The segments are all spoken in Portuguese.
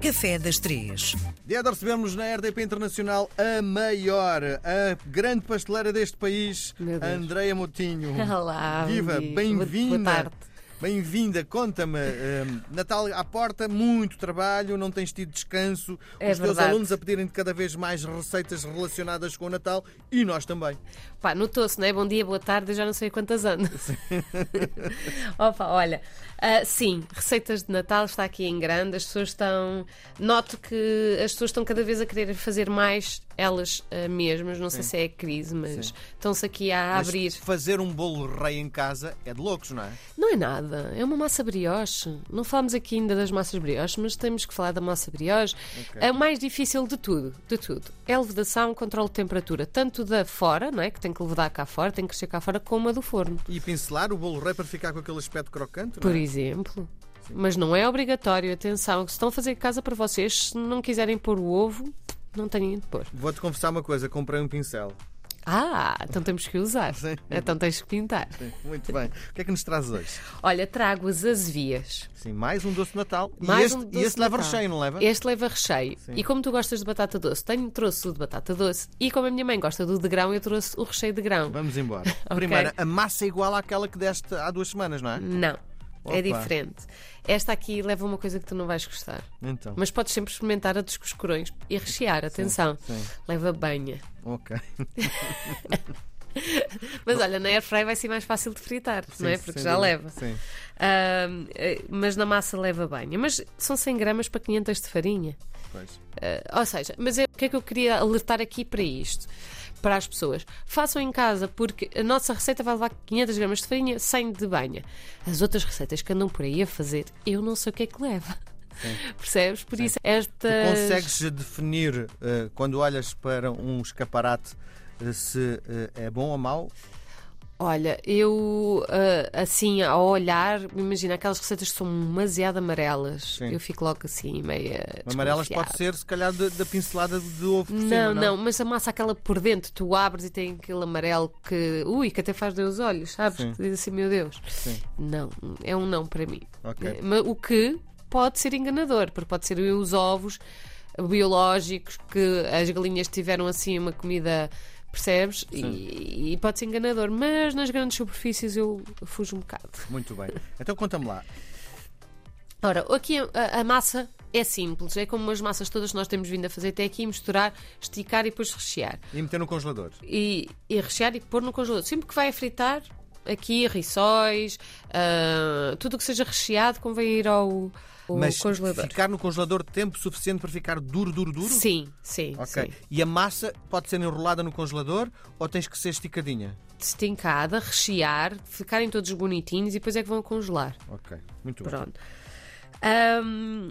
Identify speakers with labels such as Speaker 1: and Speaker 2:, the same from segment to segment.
Speaker 1: Café das Três.
Speaker 2: De Ador recebemos na RDP Internacional a maior, a grande pasteleira deste país,
Speaker 3: Meu Deus.
Speaker 2: Andreia Motinho.
Speaker 3: Olá, bom
Speaker 2: Viva,
Speaker 3: dia. Boa-
Speaker 2: bem-vinda.
Speaker 3: boa tarde.
Speaker 2: Bem-vinda, conta-me, hum, Natal à porta, muito trabalho, não tens tido descanso,
Speaker 3: É
Speaker 2: os teus
Speaker 3: verdade.
Speaker 2: alunos a pedirem cada vez mais receitas relacionadas com o Natal e nós também.
Speaker 3: Pá, notou-se, não é? Bom dia, boa tarde, eu já não sei quantas anos. Opa, olha, ah, sim, receitas de Natal está aqui em grande, as pessoas estão. Noto que as pessoas estão cada vez a querer fazer mais elas ah, mesmas, não sei se é a crise, mas estão-se aqui a
Speaker 2: Mas
Speaker 3: abrir.
Speaker 2: fazer um bolo rei em casa é de loucos, não é?
Speaker 3: Não é nada, é uma massa brioche. Não falámos aqui ainda das massas brioche, mas temos que falar da massa brioche. É o mais difícil de tudo, de tudo. É a levedação, controle de temperatura, tanto da fora, não é? que tem que levedar cá fora, tem que crescer cá fora, como a do forno,
Speaker 2: E pincelar o bolo rei para ficar com aquele aspecto crocante, não
Speaker 3: por
Speaker 2: é?
Speaker 3: exemplo. Mas não é obrigatório, atenção, se estão a fazer casa para vocês, se não quiserem pôr o ovo, não tenham de pôr.
Speaker 2: Vou-te confessar uma coisa, comprei um pincel.
Speaker 3: Ah, então temos que usar.
Speaker 2: Sim.
Speaker 3: Então tens que pintar.
Speaker 2: Muito bem. O que é que nos traz hoje?
Speaker 3: Olha, trago as azevias.
Speaker 2: Sim, mais um doce de Natal. e
Speaker 3: Mais
Speaker 2: este,
Speaker 3: um
Speaker 2: e
Speaker 3: doce
Speaker 2: este leva
Speaker 3: Natal.
Speaker 2: recheio, não leva?
Speaker 3: Este leva recheio. E como tu gostas de batata doce, tenho, trouxe o de batata doce. E como a minha mãe gosta do de grão, eu trouxe o recheio de grão.
Speaker 2: Vamos embora. Primeiro, a massa é igual àquela que deste há duas semanas, não é?
Speaker 3: Não.
Speaker 2: Opa.
Speaker 3: É diferente. Esta aqui leva uma coisa que tu não vais gostar.
Speaker 2: Então,
Speaker 3: Mas podes sempre experimentar a dos coscorões e rechear, atenção.
Speaker 2: sim.
Speaker 3: Leva banha.
Speaker 2: ok.
Speaker 3: Mas olha, na airfry vai ser mais fácil de fritar, não é?
Speaker 2: Sim,
Speaker 3: Porque
Speaker 2: sem
Speaker 3: já
Speaker 2: dúvida.
Speaker 3: leva.
Speaker 2: Sim.
Speaker 3: Ahm, eh, mas na massa leva banha. Mas são 100 gramas para 500 de farinha.
Speaker 2: Pois.
Speaker 3: Uh, ou seja, mas é, o que é que eu queria alertar aqui para isto? Para as pessoas. Façam em casa, porque a nossa receita vai levar 500 gramas de farinha, 100 de banha. As outras receitas que andam por aí a fazer, eu não sei o que é que leva. Percebes? Por isso, esta.
Speaker 2: Consegues definir, eh, quando olhas para um escaparate, eh, se eh, é bom ou mau?
Speaker 3: Olha, eu ah, assim, ao olhar, imagina aquelas receitas que são demasiado amarelas.
Speaker 2: Sim.
Speaker 3: Eu fico logo assim, meia.
Speaker 2: Amarelas
Speaker 3: desconfiada.
Speaker 2: pode ser, se calhar, da da pincelada de ovo por
Speaker 3: Não,
Speaker 2: cima, é?
Speaker 3: não, mas a massa aquela por dentro, tu abres e tem aquele amarelo que, ui, que até faz doer os olhos, sabes?
Speaker 2: Sim.
Speaker 3: Tu Diz assim, meu Deus.
Speaker 2: Sim.
Speaker 3: Não, é um não para mim.
Speaker 2: Ok.
Speaker 3: Mas o que pode ser enganador, porque pode ser os ovos biológicos que as galinhas tiveram assim uma comida, percebes? E, e pode ser enganador, mas nas grandes superfícies eu fujo um bocado.
Speaker 2: Muito bem. Então conta-me lá.
Speaker 3: Ora, aqui a- a, a massa é simples, é como as massas todas que nós temos vindo a fazer até aqui, misturar, esticar e depois rechear.
Speaker 2: E meter no congelador.
Speaker 3: e, e rechear e pôr no congelador. Sempre que vai a fritar, aqui, rissóis, ah, tudo o que seja recheado convém ir ao, ao
Speaker 2: Mas
Speaker 3: congelador.
Speaker 2: ficar no congelador tempo suficiente para ficar duro, duro, duro?
Speaker 3: Sim, sim,
Speaker 2: Ok.
Speaker 3: sim.
Speaker 2: E a massa pode ser enrolada no congelador ou tens que ser esticadinha?
Speaker 3: Destincada, rechear, ficarem todos bonitinhos e depois é que vão congelar.
Speaker 2: Ok, muito bem.
Speaker 3: Pronto. Ahm,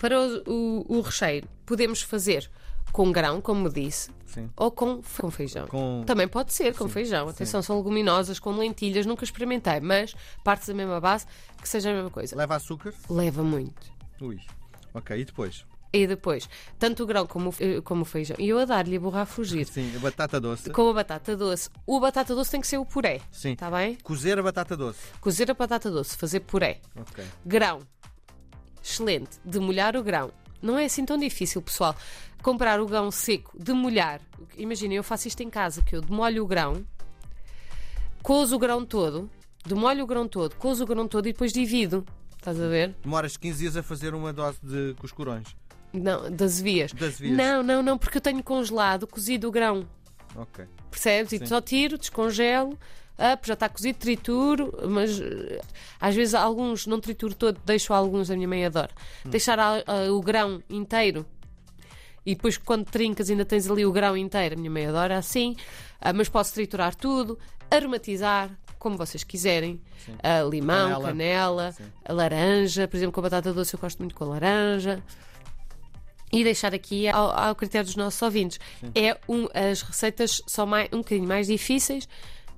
Speaker 3: para o, o- o recheio, podemos fazer com grão, como disse,
Speaker 2: Sim.
Speaker 3: ou com, fe- com feijão.
Speaker 2: Com-
Speaker 3: Também pode ser com feijão. Atenção, são leguminosas, com lentilhas, nunca experimentei, mas partes da mesma base, que seja a mesma coisa.
Speaker 2: Leva açúcar?
Speaker 3: Leva muito.
Speaker 2: Ui. Ok, e depois?
Speaker 3: E depois, tanto o grão como, o fe- como o feijão. E eu a dar-lhe a borrar a fugir.
Speaker 2: Sim, a batata doce.
Speaker 3: Com a batata doce. O batata doce tem que ser o puré.
Speaker 2: Sim.
Speaker 3: Está bem?
Speaker 2: Cozer a batata doce.
Speaker 3: Cozer a batata doce, fazer puré.
Speaker 2: Ok.
Speaker 3: Grão. Excelente. Demolhar o grão. Não é assim tão difícil, pessoal. Comprar o grão seco, demolhar. Imaginem, eu faço isto em casa, que eu demolho o grão, cozo o grão todo, demolho o grão todo, cozo o grão todo e depois divido. Estás a ver?
Speaker 2: Demoras 15 dias a fazer uma dose de cuscurões.
Speaker 3: Não, das vias.
Speaker 2: Das vias.
Speaker 3: Não, não, não, porque eu tenho congelado, cozido o grão.
Speaker 2: Ok.
Speaker 3: Percebes? E só tiro, descongelo, up, já está cozido, trituro, mas eh, às vezes alguns, não trituro todo, deixo alguns, a minha mãe adora. Deixar ah, ah, o grão inteiro e depois quando trincas ainda tens ali o grão inteiro, a minha mãe adora assim, ah, mas posso triturar tudo, aromatizar. Como vocês quiserem, Ah, limão,
Speaker 2: Canela.
Speaker 3: canela, laranja, por exemplo, com a batata doce eu gosto muito com a laranja. E deixar aqui ao, ao critério dos nossos ouvintes. É um, as receitas são mai- um bocadinho mais difíceis,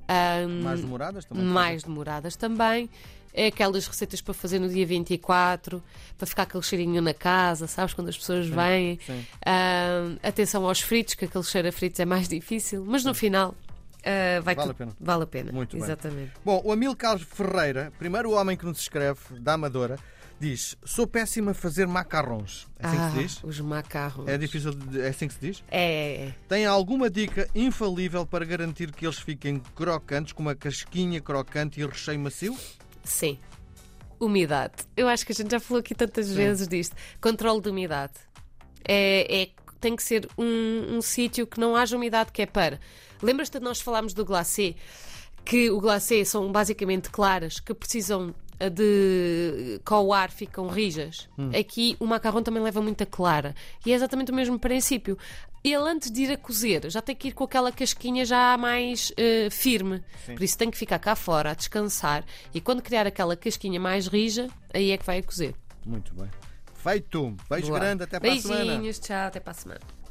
Speaker 3: ahm,
Speaker 2: Hum, Mais demoradas também?
Speaker 3: mais demoradas também. É aquelas receitas para fazer no dia 24, para ficar aquele cheirinho na casa, sabes? Quando as pessoas vêm.
Speaker 2: sim.
Speaker 3: Ahm, atenção aos fritos, que aquele cheiro a fritos é mais difícil, mas no final ah, vai
Speaker 2: Vale
Speaker 3: tudo-
Speaker 2: a pena.
Speaker 3: Vale a pena.
Speaker 2: Muito bem.
Speaker 3: Exatamente.
Speaker 2: Bom, o Amilcar Ferreira, primeiro homem que nos escreve, da Amadora, diz: Sou péssima a fazer macarrons. É assim
Speaker 3: ah,
Speaker 2: que se diz?
Speaker 3: os macarrons.
Speaker 2: É difícil, de- é assim que se diz?
Speaker 3: É, é.
Speaker 2: Tem alguma dica infalível para garantir que eles fiquem crocantes, com uma casquinha crocante e um recheio macio?
Speaker 3: Sim. Umidade. Eu acho que a gente já falou aqui tantas vezes disto. Controle de umidade. É, é- tem que ser um, um sítio que não haja umidade que é para. Lembras-te de nós falarmos do glacê? Que o glacê são basicamente claras que precisam eh, de. com o ar ficam rijas.
Speaker 2: Hum.
Speaker 3: Aqui o macarrão também leva muita clara. E é exatamente o mesmo princípio. Ele antes de ir a cozer já tem que ir com aquela casquinha já mais eh, firme. Por isso tem que ficar cá fora a descansar. E quando criar aquela casquinha mais rija, aí é que vai a cozer.
Speaker 2: Muito bem. Feito! Beijo
Speaker 3: Boa.
Speaker 2: grande, até para a semana!
Speaker 3: Beijinhos, tchau, até para a semana.